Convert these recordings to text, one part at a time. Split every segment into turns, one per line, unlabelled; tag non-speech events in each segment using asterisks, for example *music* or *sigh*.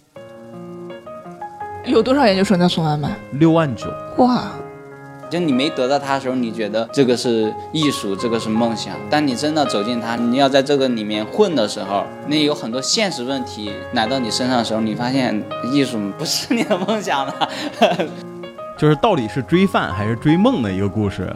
*laughs* 有多少研究生在送外卖？
六万九，
哇，
就你没得到它的时候，你觉得这个是艺术，这个是梦想。但你真的走进它，你要在这个里面混的时候，你有很多现实问题来到你身上的时候，你发现艺术不是你的梦想了。
就是到底是追饭还是追梦的一个故事。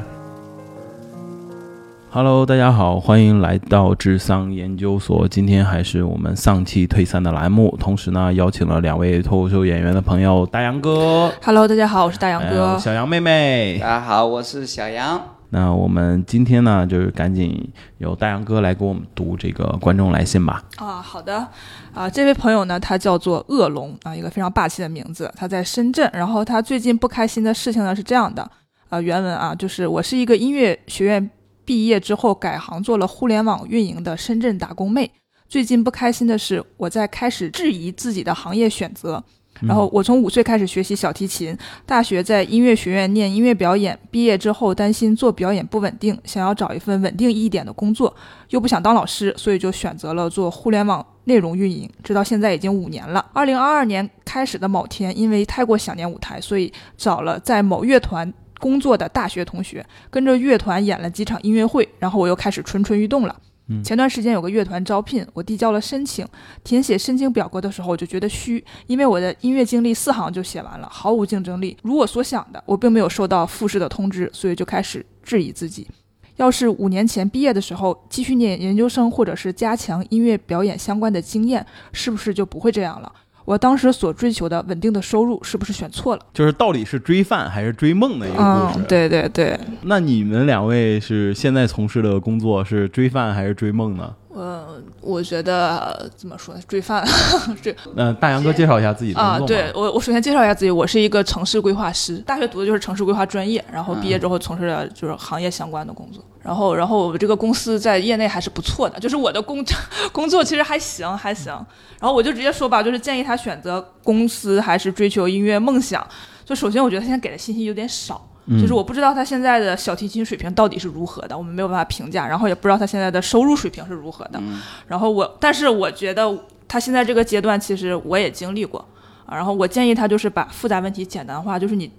Hello，大家好，欢迎来到智商研究所。今天还是我们上期退散的栏目，同时呢，邀请了两位脱口秀演员的朋友，大杨哥，
Hello，大家好，我是大杨
还
哥
有。小杨妹妹
大。家啊好，我是小杨。
那我们今天呢，就是赶紧由大杨哥来给我们读这个观众来信吧。
啊，好的，啊，这位朋友呢，他叫做恶龙啊，一个非常霸气的名字。他在深圳，然后他最近不开心的事情呢是这样的，啊，原文啊，就是我是一个音乐学院毕业之后改行做了互联网运营的深圳打工妹。最近不开心的是，我在开始质疑自己的行业选择。嗯
嗯
然后我从五岁开始学习小提琴，大学在音乐学院念音乐表演，毕业之后担心做表演不稳定，想要找一份稳定一点的工作，又不想当老师，所以就选择了做互联网内容运营，直到现在已经五年了。二零二二年开始的某天，因为太过想念舞台，所以找了在某乐团。工作的大学同学跟着乐团演了几场音乐会，然后我又开始蠢蠢欲动了。
嗯
前段时间有个乐团招聘，我递交了申请，填写申请表格的时候我就觉得虚，因为我的音乐经历四行就写完了，毫无竞争力。如我所想的，我并没有收到复试的通知，所以就开始质疑自己。要是五年前毕业的时候继续念研究生，或者是加强音乐表演相关的经验，是不是就不会这样了？我当时所追求的稳定的收入，是不是选错了？
就是到底是追饭还是追梦的一个故事。
嗯，。对对对，
那你们两位是现在从事的工作是追饭还是追梦呢？
我我觉得、呃怎么说呢？追饭追
那呃大杨哥介绍一下自己的
啊、
工作吧
对我我首先介绍一下自己，我是一个城市规划师，大学读的就是城市规划专业，然后毕
嗯
业之后从事了就是行业相关的工作。然后，然后我们这个公司在业内还是不错的，就是我的工工作其 *laughs* 实还行还行。然后我就直接说吧，就是建议他选择公司还是追求音乐梦想。就首先，我觉得他现在给的信息有点少，
嗯
就是我不知道他现在的小提琴水平到底是如何的，我们没有办法评价，然后也不知道他现在的收入水平是如何的。然后我，但是我觉得他现在这个阶段，其实我也经历过。啊然后我建议他就是把复杂问题简单化，就是你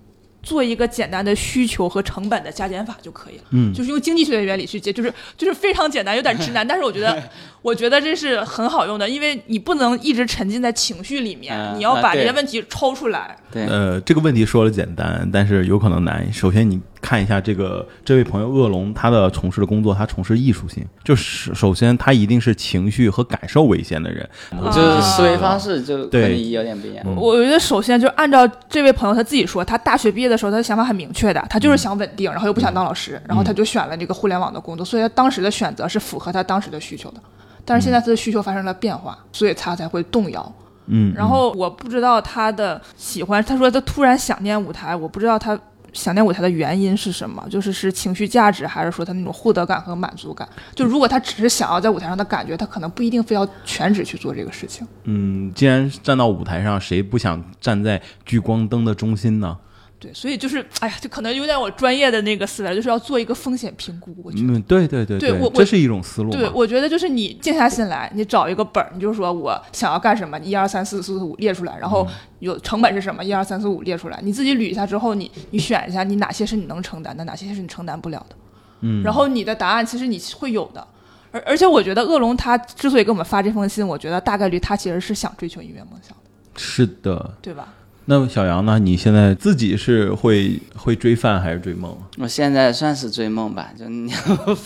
做一个简单的需求和成本的加减法就可以了。
嗯
就是用经济学的原理去解，就是就是非常简单，有点直
*laughs*
男，但是我觉得我觉得这是很好用的，因为你不能一直沉浸在情绪里面，
嗯
你要把
啊
这
对
些问题抽出来。
对，
呃，这个问题说的简单，但是有可能难。首先，你看一下这个这位朋友恶龙，他的从事的工作，他从事艺术性，就是首先他一定是情绪和感受为先的人。
啊
就是思维方式就
对
跟你有点不一样。
我觉得首先就按照这位朋友他自己说，他大学毕业的时候他的想法很明确的，他就是想稳定，然后又不想当老师，然后他就选了这个互联网的工作，所以他当时的选择是符合他当时的需求的。但是现在他的需求发生了变化，所以他才会动摇。
嗯，
然后我不知道他的喜欢，他说他突然想念舞台，我不知道他想念舞台的原因是什么，就是是情绪价值，还是说他那种获得感和满足感？就如果他只是想要在舞台上的感觉，他可能不一定非要全职去做这个事情。
嗯，既然站到舞台上，谁不想站在聚光灯的中心呢？
对，所以就是，哎呀，就可能有点我专业的那个思维，就是要做一个风险评估。我觉得，
嗯，对对对
对我我
这是一种思路嘛。
对，我觉得就是你静下心来，你找一个本儿，你就说我想要干什么，一二三四四五列出来，然
嗯
后有成本是什么，一二三四五列出来，你自己捋一下之后，你你选一下，你哪些是你能承担的，哪些是你承担不了的。
嗯，
然后你的答案其实你会有的。而而且我觉得恶龙他之所以给我们发这封信，我觉得大概率他其实是想追求音乐梦想的，
是的。
对吧？
那小杨呢？你现在自己是会会追饭还是追梦？
我现在算是追梦吧，就你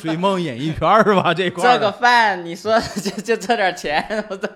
追梦演艺圈儿是吧？这块儿
这个饭，你说就就这点钱，我都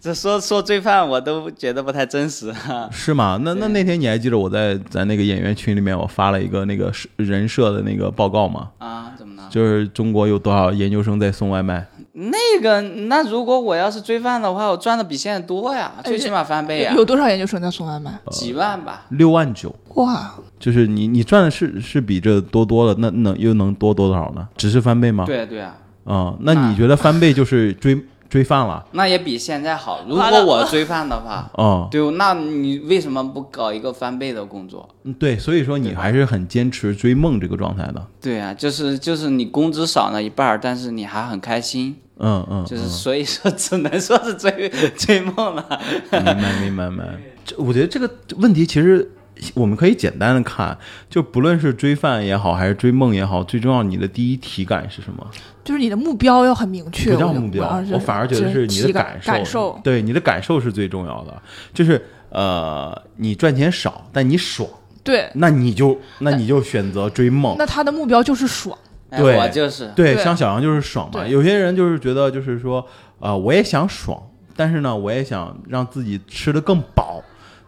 这说说罪犯，我都觉得不太真实。
是吗？那那那天你还记得我在咱那个演员群里面，我发了一个那个是人设的那个报告吗？
啊，怎么了？
就是中国有多少研究生在送外卖？
那个，那如果我要是罪犯的话，我赚的比现在多呀，最起码翻倍呀
有，有多少研究生在送外卖？
几万吧。
六万九，
哇，
就是你你赚的是是比这多多了，那能又能多多少呢？只是翻倍吗？，
对啊对啊，
啊、那你觉得翻倍就是追追饭了？
那也比现在好。如
完了
果我罪犯的话，
哦、
对，那你为什么不搞一个翻倍的工作？
嗯，对，所以说你还是很坚持追梦这个状态的。
对啊，就是就是你工资少了一半儿，但是你还很开心。
嗯嗯，
就是
嗯
所以说，只能说是追追梦了。
明白明白明白。这我觉得这个问题其实我们可以简单的看，就不论是追饭也好，还是追梦也好，最重要你的第一体感是什么？
就是你的目标要很明确。
不叫
我就
目标
啊是，
我反而觉得是你的
体
感受，
感受。
对你的感受是最重要的。就是呃，你赚钱少，但你爽，
对，
那你就那你就选择追梦。
那他的目标就是爽。
哎
对
我就是
对，
对
像小杨就是爽嘛。
对
有些人就是觉得，就是说，呃，我也想爽，但是呢，我也想让自己吃的更饱。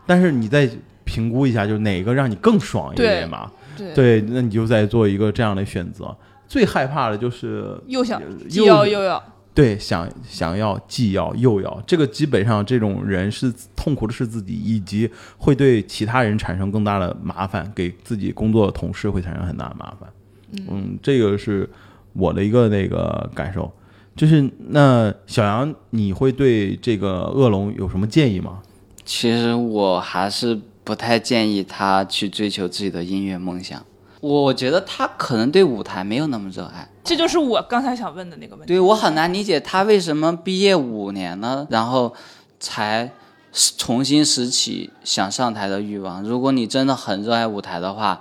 但是你再评估一下，就是哪个让你更爽一
对
点嘛？
对，
对，那你就再做一个这样的选择。最害怕的就是
又想
又
既要又要，
对，想想要既要又要，这个基本上这种人是痛苦的是自己，以及会对其他人产生更大的麻烦，给自己工作的同事会产生很大的麻烦。嗯，这个是我的一个那个感受。就是那小杨，你会对这个恶龙有什么建议吗？
其实我还是不太建议他去追求自己的音乐梦想。我觉得他可能对舞台没有那么热爱，
这就是我刚才想问的那个问题。
对我很难理解他为什么毕业五年了，然后才重新拾起想上台的欲望。如果你真的很热爱舞台的话，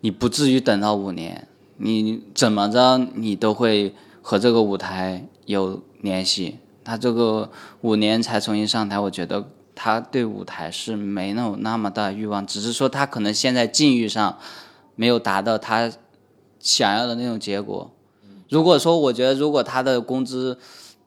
你不至于等到五年，你怎么着你都会和这个舞台有联系。他这个五年才重新上台，我觉得他对舞台是没有那么大的欲望，只是说他可能现在境遇上没有达到他想要的那种结果。如果说我觉得如果他的工资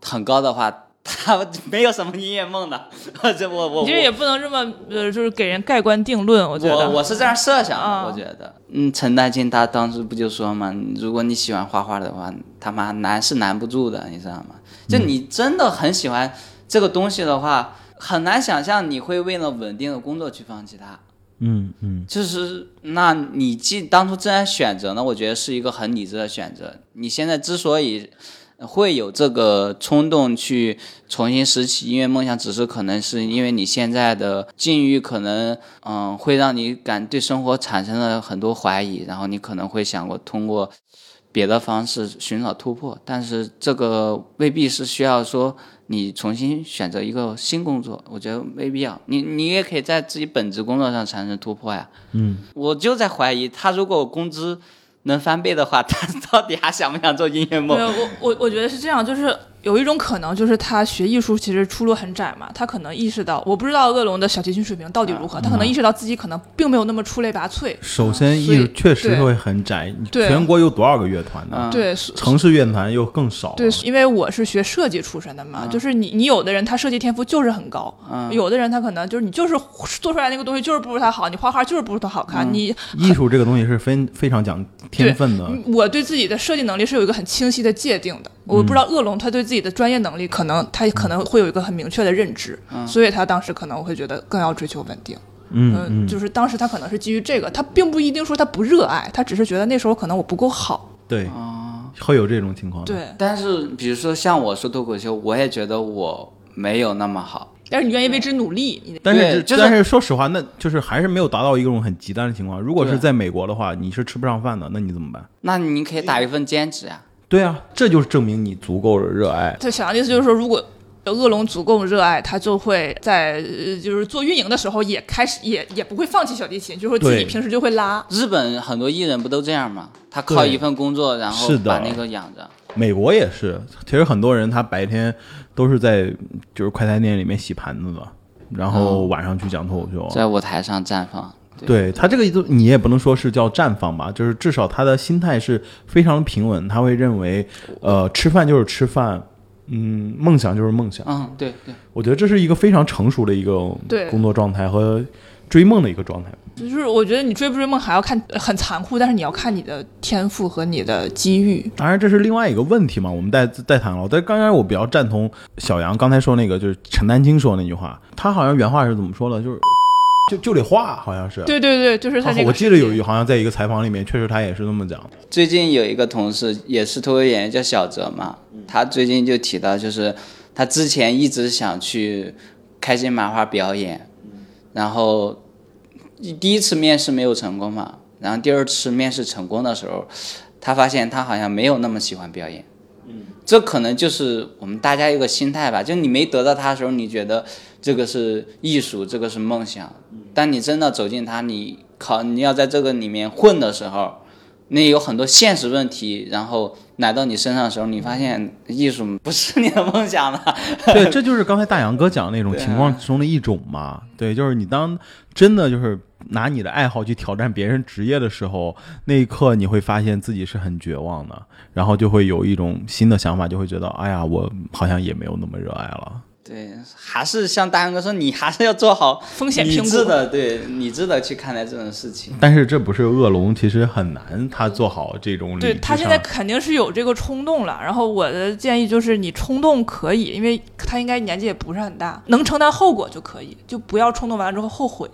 很高的话，他 *laughs* 没有什么音乐梦的。 *laughs* 这我我
你这也不能这么呃，就是给人盖棺定论。我觉
我
得
我是这样设想的，
啊
我觉得，嗯，陈丹青他当时不就说嘛，如果你喜欢画画的话，他妈难是难不住的，你知道吗？就
嗯
你真的很喜欢这个东西的话，很难想象你会为了稳定的工作去放弃它。
嗯嗯
就是，那你既当初自然选择呢，我觉得是一个很理智的选择。你现在之所以会有这个冲动去重新拾起音乐梦想，只是可能是因为你现在的境遇可能，嗯，会让你感对生活产生了很多怀疑，然后你可能会想过通过别的方式寻找突破，但是这个未必是需要说你重新选择一个新工作，我觉得没必要。你你也可以在自己本职工作上产生突破呀。
嗯，
我就在怀疑他如果工资能翻倍的话，他到底还想不想做音乐
没
梦？
有，我我我觉得是这样，就是有一种可能，就是他学艺术其实出路很窄嘛，他可能意识到，我不知道恶龙的小提琴水平到底如
嗯
何，他
嗯
可能意识到自己可能并没有那么出类拔萃，
首先
啊所以
艺术确实
对
会很窄，
对嗯
全国有多少个乐团呢？
对，所
城市乐团又更少了。
对，因为我是学设计出身的嘛，就是你你有的人他设计天赋就是很高，有的人他可能就是你就是做出来那个东西就是不如他好，你画画就是不如他好看，你
艺术这个东西是非非常讲天分的。
嗯我对自己的设计能力是有一个很清晰的界定的。我不知道恶龙他对自己的专业能力，可能他可能会有一个很明确的认知，所以他当时可能会觉得更要追求稳定。
嗯
嗯，
嗯，
就是当时他可能是基于这个，他并不一定说他不热爱，他只是觉得那时候可能我不够好。
对，
哦
会有这种情况。，
对，
但是比如说像我说脱口秀，我也觉得我没有那么好。
但是你愿意为之努力，你的
但
对
是这
就是
但是说实话，那就是还是没有达到一种很极端的情况。如果是
对
在美国的话，你是吃不上饭的，那你怎么办？
那你可以打一份兼职呀、
对啊，这就是证明你足够的热爱。
他想的意思就是说，如果恶龙足够热爱，他就会在呃就是做运营的时候也开始也也不会放弃小提琴，就是说自己
对
平时就会拉。
日本很多艺人不都这样吗？他靠
对
一份工作，然后
是的
把那个养着。
美国也是，其实很多人他白天都是在就是快餐店里面洗盘子的，然后晚上去讲脱口秀。
哦在舞台上绽放。
对他这个就你也不能说是叫绽放吧，就是至少他的心态是非常平稳，他会认为，呃，吃饭就是吃饭，嗯，梦想就是梦想。
嗯，对对，
我觉得这是一个非常成熟的一个
对
工作状态和追梦的一个状态。
就是我觉得你追不追梦还要看很残酷，但是你要看你的天赋和你的机遇。
当然，这是另外一个问题嘛，我们再再谈了。但刚才我比较赞同小杨刚才说那个，就是陈丹青说那句话，他好像原话是怎么说的？就是就就得画，好像是。
对对对，就是他
啊
这个。
我记得有一好像在一个采访里面，确实他也是这么讲的。
最近有一个同事也是脱口秀演员，叫小哲嘛，他最近就提到，就是他之前一直想去开心麻花表演，然后第一次面试没有成功嘛，然后第二次面试成功的时候，他发现他好像没有那么喜欢表演，这可能就是我们大家一个心态吧。就你没得到它的时候，你觉得这个是艺术，这个是梦想；但你真的走进它，你考你要在这个里面混的时候，那有很多现实问题，然后来到你身上的时候，你发现艺术不是你的梦想了。
对，这就是刚才大杨哥讲那种情况中的一种嘛。对，就是你当真的就是拿你的爱好去挑战别人职业的时候，那一刻你会发现自己是很绝望的，然后就会有一种新的想法，就会觉得，哎呀，我好像也没有那么热爱了。
*laughs* 对，还是像大杨哥说，你还是要做好
风险
理
评
智
估。
的，对理智的去看待这种事情。
但是这不是恶龙，其实很难他做好嗯这种理
对
智
他现
上
在肯定是有这个冲动了，然后我的建议就是你冲动可以，因为他应该年纪也不是很大，能承担后果就可以，就不要冲动完了之后后悔。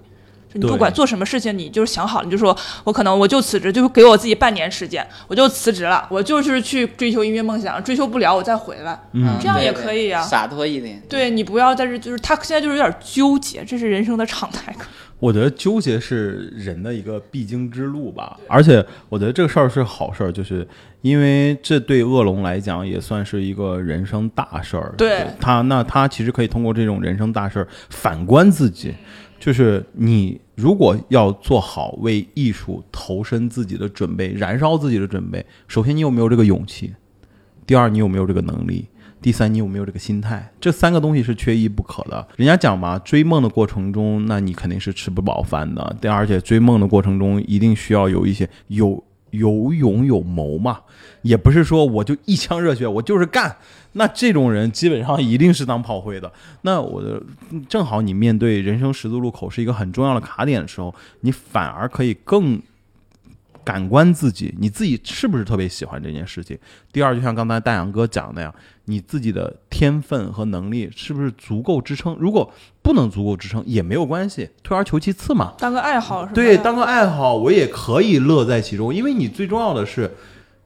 就你
对
不管做什么事情，你就是想好，你就说我可能我就辞职，就给我自己半年时间，我就辞职了，我就是去追求音乐梦想，追求不了我再回来。
嗯，
这样也
对
可以啊
洒脱一
嗯
点。
对你不要在这，就是他现在就是有点纠结，这是人生的常态。
我觉得纠结是人的一个必经之路吧，而且我觉得这个事儿是好事儿，就是因为这对恶龙来讲也算是一个人生大事儿。
对
他，那他其实可以通过这种人生大事儿反观自己，就是你如果要做好为艺术投身自己的准备，燃烧自己的准备，首先你有没有这个勇气？第二，你有没有这个能力？第三，你有没有这个心态？这三个东西是缺一不可的。人家讲嘛，追梦的过程中，那你肯定是吃不饱饭的。对，而且追梦的过程中，一定需要有一些有有勇有谋嘛，也不是说我就一腔热血，我就是干。那这种人基本上一定是当炮灰的。那我的正好你面对人生十字路口是一个很重要的卡点的时候，你反而可以更感官自己，你自己是不是特别喜欢这件事情？第二，就像刚才大杨哥讲那样，你自己的天分和能力是不是足够支撑？如果不能足够支撑也没有关系，退而求其次嘛。
当个爱好是吧？
对，当个爱好我也可以乐在其中，因为你最重要的是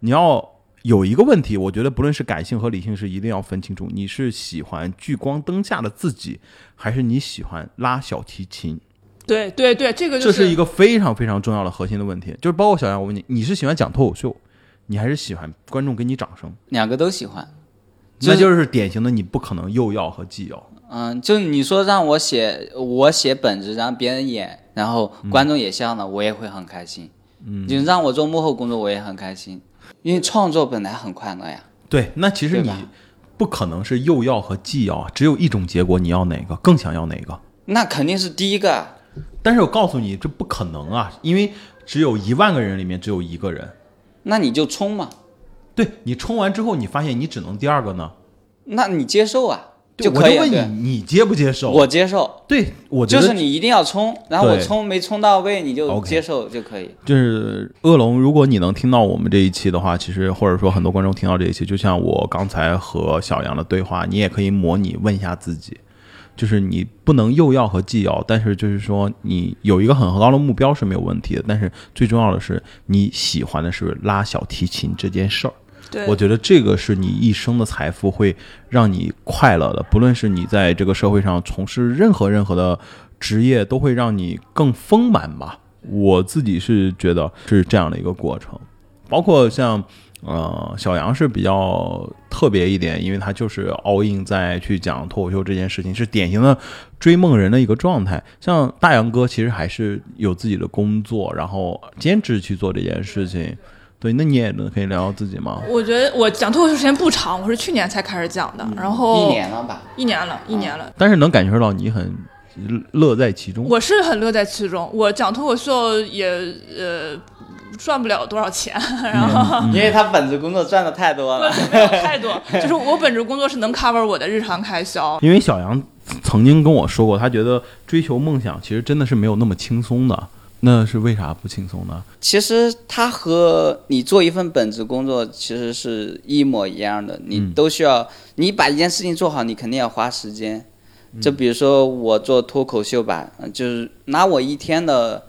你要有一个问题，我觉得不论是感性和理性是一定要分清楚，你是喜欢聚光灯下的自己，还是你喜欢拉小提琴？
*laughs* 对对对，这个就
这是一
个
个非常非常重要的核心的问题，就是包括小杨，我问你，你是喜欢讲脱口秀，你还是喜欢观众给你掌声？
两个都喜欢。
那就是典型的你不可能又要和既要。
嗯，就你说让我写，我写本子，然后别人演，然后观众也笑了，我也会很开心。嗯，就让我做幕后工作，我也很开心，因为创作本来很快乐呀。
对，那其实
对
你
吧
不可能是又要和既要，只有一种结果，你要哪个，更想要哪个。
那肯定是第一个，啊
但是我告诉你，这不可能啊，因为只有一万个人里面只有一个人。
那你就冲嘛，
对你冲完之后，你发现你只能第二个呢，
那你接受啊
对我
可以
就
了。
问
对，
你，你接不接受？
我接受，
对我觉
就
得
是你一定要冲，然后我
对
冲没冲到位，你就
OK
接受就可以。
就是恶龙，如果你能听到我们这一期的话，其实或者说很多观众听到这一期，就像我刚才和小杨的对话，你也可以模拟问一下自己，就是你不能又要和既要，但是就是说你有一个很高的目标是没有问题的，但是最重要的是你喜欢的是拉小提琴这件事儿。
对，
我觉得这个是你一生的财富，会让你快乐的。不论是你在这个社会上从事任何任何的职业，都会让你更丰满吧。我自己是觉得是这样的一个过程，包括像呃小杨是比较特别一点，因为他就是 all in 在去讲脱口秀这件事情，是典型的追梦人的一个状态。像大杨哥其实还是有自己的工作，然后兼职去做这件事情。对，那你也能可以聊聊自己吗？
我觉得我讲脱口秀时间不长，我是去年才开始讲
嗯
的，然后
一年了吧？
一年了，一年了。
但是能感受到你很乐在其中。
我是很乐在其中，我讲脱口秀也呃赚不了多少
*laughs*
钱，然后
因为他本职工作赚的太多了。
没有太多，就是我本职工作是能 cover 我的日常开
*laughs*
销。
因为小杨曾经跟我说过，他觉得追求梦想其实真的是没有那么轻松的。那是为啥不轻松呢？
其实它和你做一份本职工作其实是一模一样的，你都需要，你把一件事情做好，你肯定要花时间。就比如说我做脱口秀吧，呃就是拿我一天的，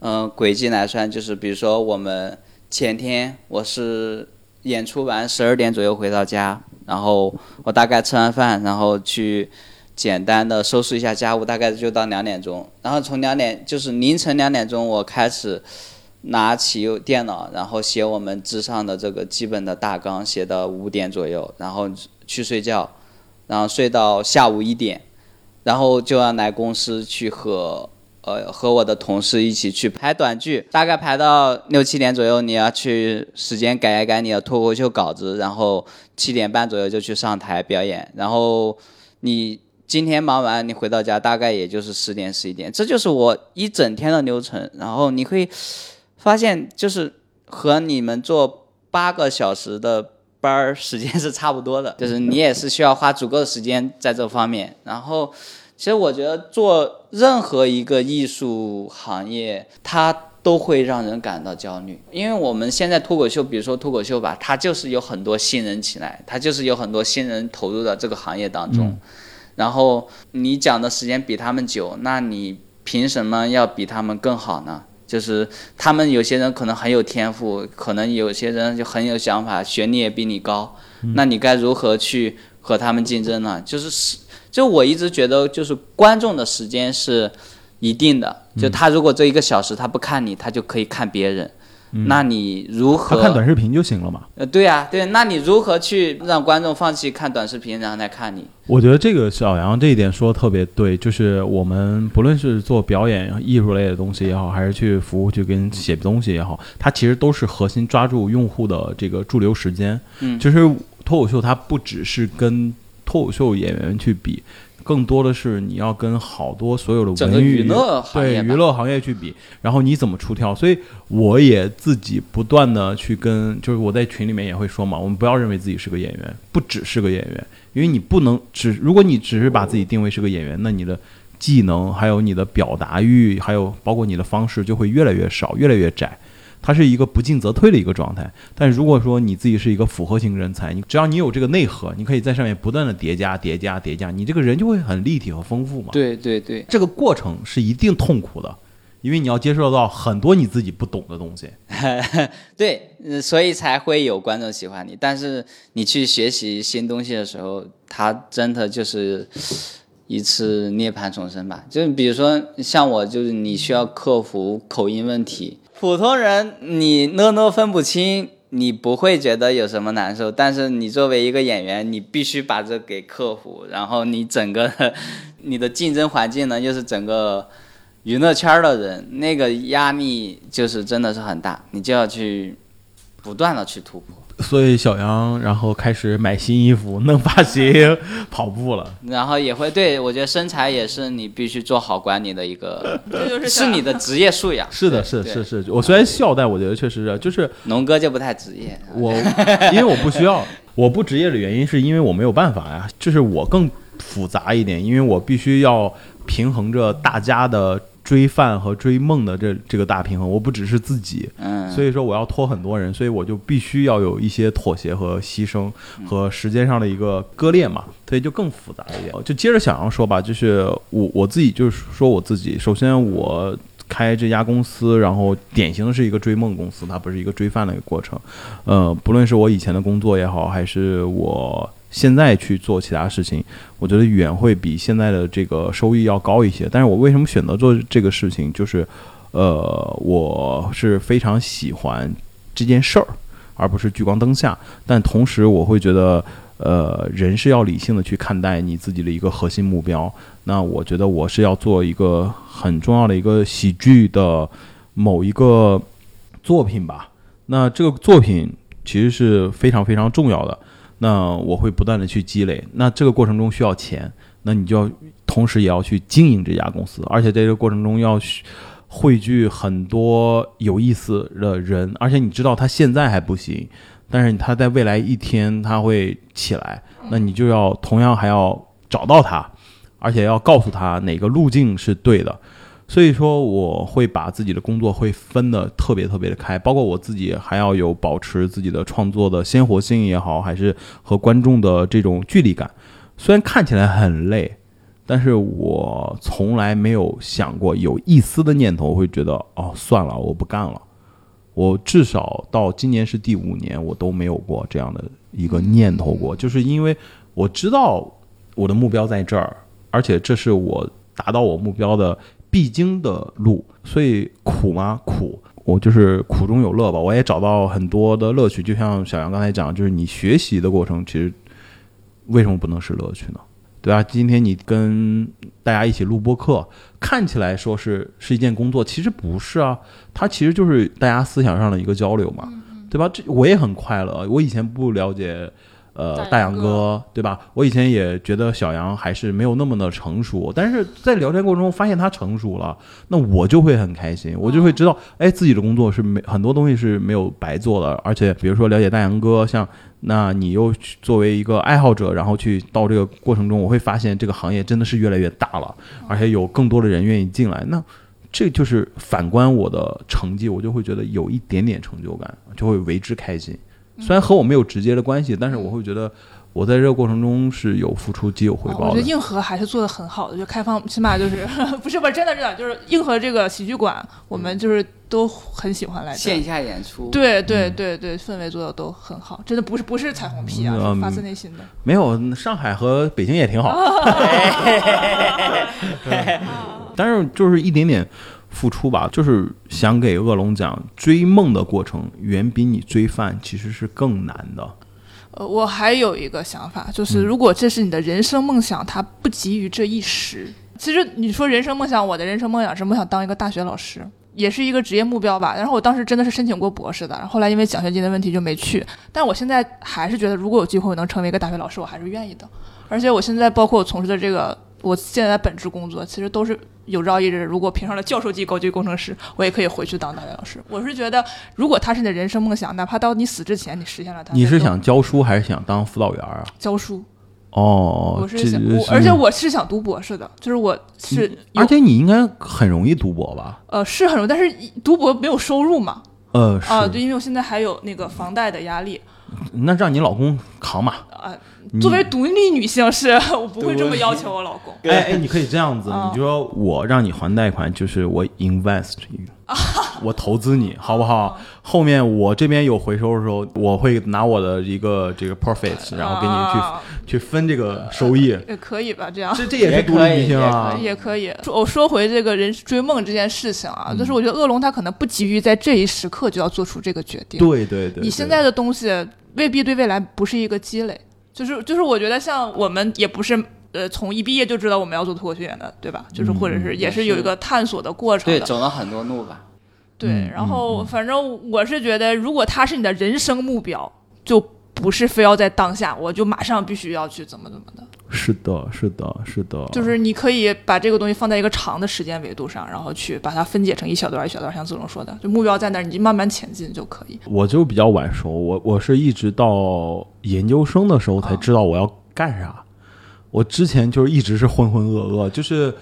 呃，轨迹来算，就是比如说我们前天我是演出完十二点左右回到家，然后我大概吃完饭，然后去简单的收拾一下家务，大概就到两点钟，然后从两点就是凌晨两点钟我开始拿起电脑，然后写我们之上的这个基本的大纲，写到五点左右，然后去睡觉，然后睡到下午一点，然后就要来公司去和呃和我的同事一起去排短剧，大概排到六七点左右，你要去时间改一改你的脱口秀稿子，然后七点半左右就去上台表演，然后你。今天忙完，你回到家大概也就是十点十一点，这就是我一整天的流程。然后你会发现，就是和你们做八个小时的班儿时间是差不多的， *laughs* 就是你也是需要花足够的时间在这方面。然后，其实我觉得做任何一个艺术行业，它都会让人感到焦虑，因为我们现在脱口秀，比如说脱口秀吧，它就是有很多新人起来，它就是有很多新人投入到这个行业当中。然后你讲的时间比他们久，那你凭什么要比他们更好呢？就是他们有些人可能很有天赋，可能有些人就很有想法，学历也比你高，
嗯
那你该如何去和他们竞争呢？就是是，就我一直觉得，就是观众的时间是一定的，
嗯
就他如果这一个小时他不看你，他就可以看别人，那你如
嗯他
何？
看短视频就行了嘛。
呃，对啊，对，那你如何去让观众放弃看短视频，然后来看你？
我觉得这个小杨这一点说的特别对，就是我们不论是做表演艺术类的东西也好，还是去服务去跟写东西也好，它其实都是核心抓住用户的这个驻留时间。
嗯
就是脱口秀它不只是跟脱口秀演员去比，更多的是你要跟好多所有的
整个
文娱
娱乐行业
对
吧
娱乐行业去比，然后你怎么出挑？所以我也自己不断的去跟，就是我在群里面也会说嘛，我们不要认为自己是个演员，不只是个演员，因为你不能只，如果你只是把自己定位是个演员，那你的。技能，还有你的表达欲，还有包括你的方式，就会越来越少，越来越窄。它是一个不进则退的一个状态。但如果说你自己是一个复合型人才，你只要你有这个内核，你可以在上面不断的叠加、叠加、叠加，你这个人就会很立体和丰富嘛。，
对对对，
这个过程是一定痛苦的，因为你要接受到很多你自己不懂的东西。
*laughs* 对，嗯所以才会有观众喜欢你。但是你去学习新东西的时候，它真的就是一次涅槃重生吧。就是比如说像我，就是你需要克服口音问题。普通人你呢呢分不清，你不会觉得有什么难受。但是你作为一个演员，你必须把这给克服，然后你整个你的竞争环境呢，又是整个。娱乐圈儿的人，那个压力就是真的是很大，你就要去不断的去突破。
所以小杨，然后开始买新衣服、弄发型、跑步了。
然后也会对我觉得身材也是你必须做好管理的一
*laughs*
个，
这就是
是你的职业素养。
是的，
对
是
对
是是，我虽然笑，但我觉得确实是，就是
农哥就不太职业，
我因为我不需
*laughs*
要，我不职业的原因是因为我没有办法呀，就是我更复杂一点，因为我必须要平衡着大家的追饭和追梦的这这个大平衡，我不只是自己，
嗯，
所以说我要拖很多人，所以我就必须要有一些妥协和牺牲和时间上的一个割裂嘛，所以就更复杂一点。就接着小杨说吧，就是我我自己就是说我自己，首先我开这家公司，然后典型的是一个追梦公司，它不是一个追饭的一个过程。呃，不论是我以前的工作也好，还是我。现在去做其他事情，我觉得远会比现在的这个收益要高一些。但是我为什么选择做这个事情，就是呃，我是非常喜欢这件事儿，而不是聚光灯下。但同时，我会觉得，呃，人是要理性的去看待你自己的一个核心目标。那我觉得我是要做一个很重要的一个喜剧的某一个作品吧。那这个作品其实是非常非常重要的。那我会不断的去积累，那这个过程中需要钱，那你就要同时也要去经营这家公司，而且在这个过程中要需汇聚很多有意思的人，而且你知道他现在还不行，但是他在未来一天他会起来，那你就要同样还要找到他，而且要告诉他哪个路径是对的。所以说，我会把自己的工作会分得特别特别的开，包括我自己还要有保持自己的创作的鲜活性也好，还是和观众的这种距离感。虽然看起来很累，但是我从来没有想过有一丝的念头会觉得哦，算了，我不干了。我至少到今年是第五年，我都没有过这样的一个念头过，就是因为我知道我的目标在这儿，而且这是我达到我目标的必经的路，所以苦吗？苦。我就是苦中有乐吧，我也找到很多的乐趣。就像小杨刚才讲，就是你学习的过程，其实为什么不能是乐趣呢？对吧？今天你跟大家一起录播课，看起来说是是一件工作，其实不是啊，它其实就是大家思想上的一个交流嘛，对吧？这我也很快乐。我以前不了解，呃，大
大
杨
杨
哥，对吧？我以前也觉得小杨还是没有那么的成熟，但是在聊天过程中发现他成熟了，那我就会很开心，我就
嗯
会知道，哎，自己的工作是没很多东西是没有白做的，而且比如说了解大杨哥，像那你又去作为一个爱好者，然后去到这个过程中，我会发现这个行业真的是越来越大了，
嗯
而且有更多的人愿意进来，那这就是反观我的成绩，我就会觉得有一点点成就感，就会为之开心。
嗯
虽然和我没有直接的关系，但是我会觉得我在这个过程中是有付出即有回
哦我
报
觉得
的。
硬核还是做的很好的，就开放，起 *laughs* 码就是不是不是真的真的就是硬核这个喜剧馆，我们就是都很喜欢来这
线
儿。
下演出，
对对对对，氛围做的都很好，真的不是不是彩虹屁啊，
嗯
是发自内心的。
没有，上海和北京也
*laughs*
挺好，但是就是一点点付出吧，就是想给恶龙讲，追梦的过程远比你追饭其实是更难的。
呃，我还有一个想法，
嗯
就是如果这是你的人生梦想，它不急于这一时。其实你说人生梦想，我的人生梦想是梦想当一个大学老师，也是一个职业目标吧。然后我当时真的是申请过博士的，然后后来因为奖学金的问题就没去。但我现在还是觉得，如果有机会我能成为一个大学老师，我还是愿意的。而且我现在包括我从事的这个，我现在的本职工作，其实都是有朝一日，如果评上了教授级高级工程师，我也可以回去当大学老师。我是觉得，如果它是你的人生梦想，哪怕到你死之前你实现了它，
你是
那就
想教书还是想当辅导员啊？
教书，
哦，
我是
这
想，我而且我是想读博士的，就是我是有，
而且你应该很容易读博吧？
呃是很容易，但是读博没有收入嘛，
呃，是，
啊、对，因为我现在还有那个房贷的压力
那让你老公扛吧。
啊、
你
作为独立女性是， *laughs* 我不会这么要求我老公。
哎哎，你可以这样子，
啊
你就说我让你还贷款，就是我 invest you，我
啊
投资你，好不好？
嗯
后面我这边有回收的时候，我会拿我的一个这个 profit，然后给你
啊
去去分这个收益。
也可以吧，这样。
这这也是独立女性啊，
啊也可以。说我说回这个人追梦这件事情啊，
嗯
就是我觉得恶龙他可能不急于在这一时刻就要做出这个决定。
对对对。
你现在的东西未必对未来不是一个积累，就是就是我觉得像我们也不是。呃，从一毕业就知道我们要做脱口秀演员的，对吧？就是
嗯
或者是也是有一个探索的过程
对，
的，
走了很多路吧。
对。
嗯
然后反正我是觉得，如果它是你的人生目标，就不是非要在当下，我就马上必须要去怎么怎么的。
是的，是的，是的，
就是你可以把这个东西放在一个长的时间维度上，然后去把它分解成一小段一小段，像子龙说的，就目标在那儿，你就慢慢前进就可以。
我就比较晚熟，我我是一直到研究生的时候
啊
才知道我要干啥。我之前就是一直是浑浑噩噩，就是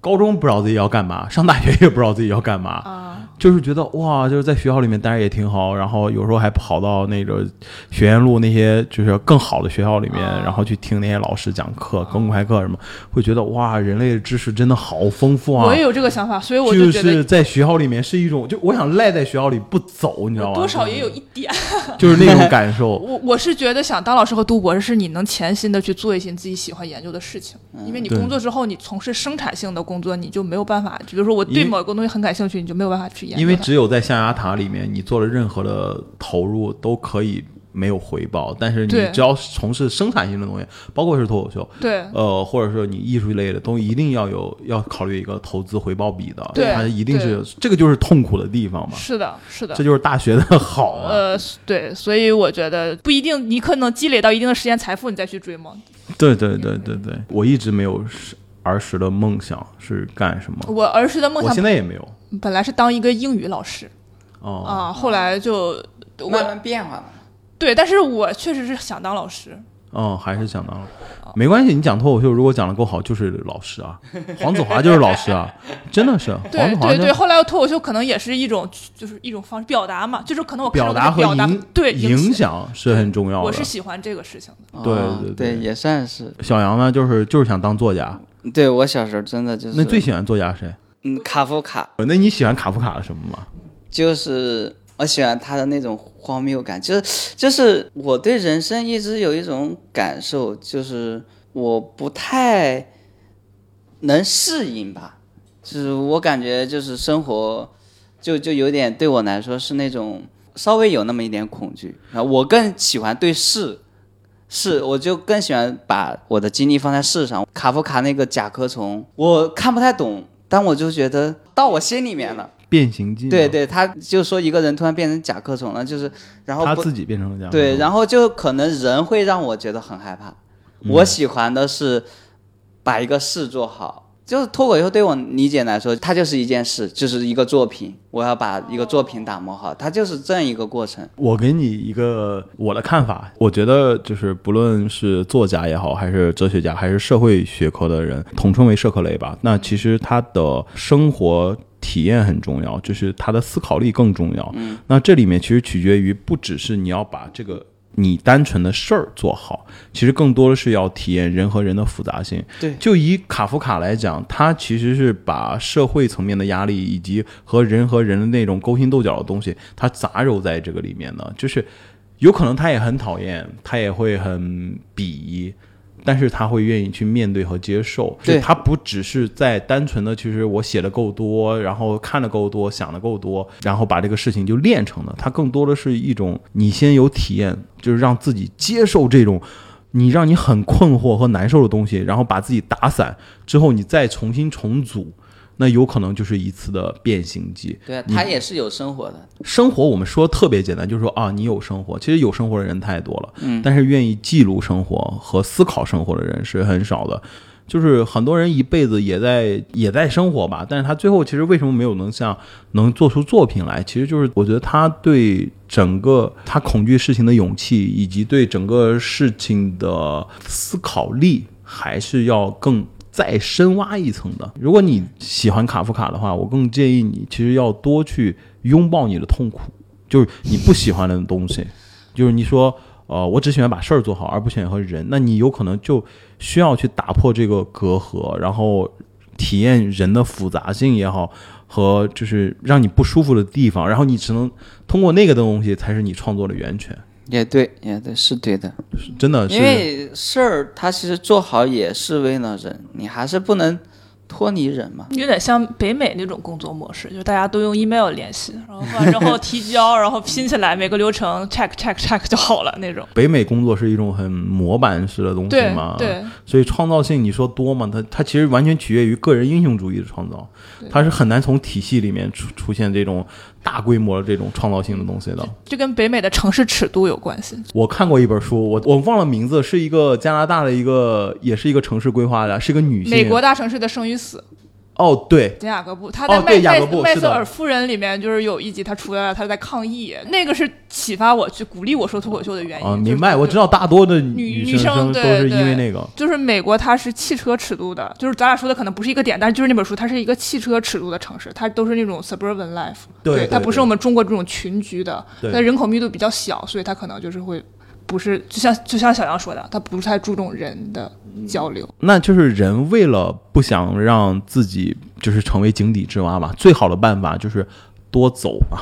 高中不知道自己要干嘛，上大学也不知道自己要干嘛，
啊
就是觉得哇，就是在学校里面待着也挺好，然后有时候还跑到那个学院路那些就是更好的学校里面，
啊
然后去听那些老师讲课、公开课什么，会觉得哇，人类的知识真的好丰富啊！
我也有这个想法，所以我
就
觉得
是在学校里面是一种，就我想赖在学校里不走，你知道
我
吗？
多少也有一点。 *laughs*
就是那种感受。
我我是觉得想当老师和读博士，是你能全心的去做一些你自己喜欢研究的事情，因为你
嗯对
工作之后，你从事生产性的工作，你就没有办法。比如说，我
因
对
为
某个东西很感兴趣，你就没有办法去研究它。
因为只有在象牙塔里面，你做了任何的投入都可以没有回报，但是你
对嗯
只要从事生产性的东西，包括是脱口秀，
对
呃，或者说你艺术类的，都一定要有要考虑一个投资回报比的，
对
它一定是这个就是痛苦的地方嘛，
是的，是的
这。就是大学的好啊，
呃，对，所以我觉得不一定，你可能积累到一定的时间财富，你再去追梦。
对对对对对，我一直没有是儿时的梦想是干什么，
我儿时的梦
哦我现
想
在也没有
本来是当一个英语老师
哦，
啊，后来就我
慢慢变化嘛。
对，但是我确实是想当老师。
哦，还是想当老师，没关系。你讲脱口秀，如果讲的够好，就是老
*laughs*
师啊。黄子华就是老师啊，真的是黄
对
子华
对
就
对，后来脱口秀可能也是一种，就是一种方式表达嘛，就是可能我看
表
上
达
我
和
表达
影
对
影
响，
响是很重要
我
的
是。喜欢这个事情的。
哦
对对对
对，也算是。
小杨呢，就是就是想当作家。
对我小时候真的就是
那最喜欢作家谁？
嗯卡夫卡，
呃那你喜欢卡夫卡的什么吗？
就是我喜欢他的那种荒谬感，就是就是我对人生一直有一种感受，就是我不太能适应吧，就是我感觉就是生活就就有点对我来说是那种稍微有那么一点恐惧啊。我更喜欢对事，事我就更喜欢把我的精力放在事上。卡夫卡那个甲壳虫，我看不太懂，但我就觉得到我心里面了。
变形记嘛，
对对，他就说一个人突然变成甲壳虫了，就是然后
他
不
自己变成了这样。
对，然后就可能人会让我觉得很害怕。我喜欢的是把一个事做好，就是脱口秀对我理解来说，它就是一件事，就是一个作品，我要把一个作品打磨好，它就是这样一个过程。
我给你一个我的看法，我觉得就是不论是作家也好，还是哲学家，还是社会学科的人，统称为社科类吧。那其实他的生活体验很重要，就是他的思考力更重要。嗯，那这里面其实取决于不只是你要把这个。你单纯的事儿做好，其实更多的是要体验人和人的复杂性。
对
就以卡夫卡来讲，他其实是把社会层面的压力以及和人和人的那种勾心斗角的东西，他杂糅在这个里面的。就是有可能他也很讨厌，他也会很鄙夷，但是他会愿意去面对和接受。
对
就他不只是在单纯的，其实我写的够多，然后看的够多，想的够多，然后把这个事情就练成了。他更多的是一种你先有体验，就是让自己接受这种。你让你很困惑和难受的东西，然后把自己打散之后，你再重新重组，那有可能就是一次的变形记。
对啊，它也是有生活的。
生活我们说特别简单，就是说啊，你有生活，其实有生活的人太多了，嗯，但是愿意记录生活和思考生活的人是很少的。就是很多人一辈子也在也在生活吧，但是他最后其实为什么没有能像能做出作品来，其实就是我觉得他对整个他恐惧事情的勇气，以及对整个事情的思考力，还是要更再深挖一层的。如果你喜欢卡夫卡的话，我更建议你其实要多去拥抱你的痛苦，就是你不喜欢的东西，就是你说。呃，我只喜欢把事儿做好，而不喜欢和人。那你有可能就需要去打破这个隔阂，然后体验人的复杂性也好，和就是让你不舒服的地方，然后你只能通过那个的东西才是你创作的源泉，
也对，也对，是对的。
是真的是
因为事儿，它其实做好也是为了人，你还是不能脱离人嘛。
有点像北美那种工作模式，就是大家都用 email 联系，然后完之
*laughs*
后提交，然后拼起来每个流程 check check check 就好了那种。
北美工作是一种很模板式的东西
对
嘛，
对，
所以创造性你说多吗？它它其实完全取决于个人英雄主义的创造，它是很难从体系里面出出现这种大规模的这种创造性的东西的。
这跟北美的城市尺度有关系。
我看过一本书，我我忘了名字，是一个加拿大的一个，也是一个城市规划的，是一个女性。
美国大城市的生与死，
哦，对，
简雅各布，他在
哦
麦、
对雅
麦
各布
麦
是
瑟
的
尔夫人里面就是有一集他出来了，他在抗议，那个是启发我去鼓励我说脱口秀的原因。
啊，
哎就是
明白，我知
就
道大多的
女
生
生
都
对
是因
对
为那个。
就是美国，它是汽车尺度的，就是咱俩说的可能不是一个点，但是就是那本书，它是一个汽车尺度的城市，它都是那种 suburban life，
对对
它不是
对
我们中国这种群居的，
对
它人口密度比较小，所以它可能就是会不是就像就像小杨说的，它不太注重人的交流。
那就是人为了不想让自己就是成为井底之蛙嘛，最好的办法就是多走嘛，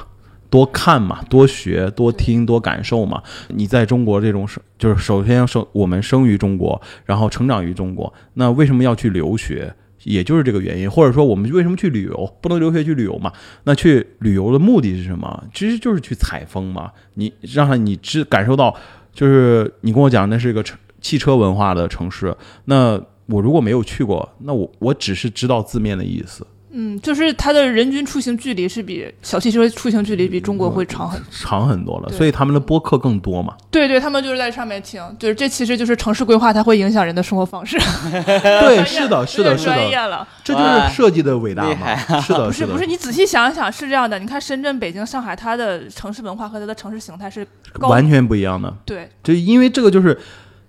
多看嘛，多学、多听、多感受嘛。你在中国这种生，就是首先生我们生于中国，然后成长于中国，那为什么要去留学？也就是这个原因，或者说我们为什么去旅游？不能留学去旅游嘛？那去旅游的目的是什么？其实就是去采风嘛。你让你知感受到，就是你跟我讲那是一个城汽车文化的城市，那我如果没有去过，那我我只是知道字面的意思，
嗯，就是它的人均出行距离是比小汽车出行距离比中国会长很。
长很多了，
对
所以他们的播客更多嘛。
嗯对对，他们就是在上面听，就是这其实就是城市规划，它会影响人的生活方式。*laughs*
*laughs* 对，是的，是的，
有点
是
专业
的，
了。
这就是设计的伟大
厉
嘛
害。
*laughs*
是的，
不是
的
不是，，你仔细想一想，是这样的。你看深圳、北京、上海，它的城市文化和它的城市形态是高
完全不一样的。
对
就因为这个，就是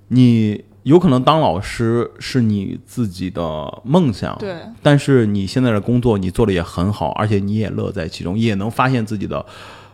你有可能当老师是你自己的梦想，
对
但是你现在的工作你做的也很好，而且你也乐在其中，也能发现自己的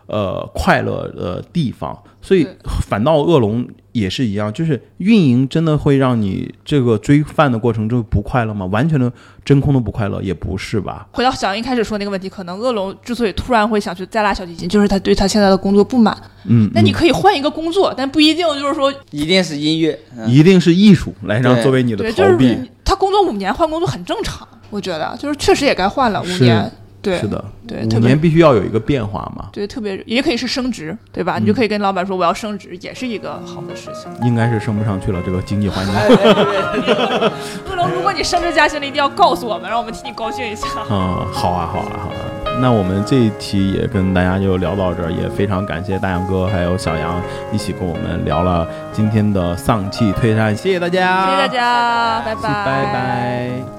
呃快乐的地方。所以
对
反倒恶龙也是一样，就是运营真的会让你这个追饭的过程中不快乐吗？完全的真空的不快乐也不是吧？
回到小杨一开始说那个问题，可能恶龙之所以突然会想去再拉小提琴，就是他对他现在的工作不满。
嗯，
那你
嗯
可以换一个工作，但不一定就是说，
一定是音乐，嗯、 *laughs*
一定是艺术来让
对
作为你的
对，
逃
就是
避。
你他工作五年换工作很正常，我觉得就是确实也该换了五
是
年。
对
是的，
对，
五
特别
年必须要有一个变化嘛，
对，特别也可以是升职，对吧？
嗯
你就可以跟老板说我要升职，也是一个好的事情。 *laughs*
应该是升不上去了这个经济环境。
恶龙，如果你升职加薪了，一定要告诉我们，让我们替你高兴一下。
嗯，好啊，好啊，好啊。那我们这一期也跟大家就聊到这儿，也非常感谢大杨哥还有小杨一起跟我们聊了今天的丧气退散，谢谢大家，
谢谢大，家，拜
拜拜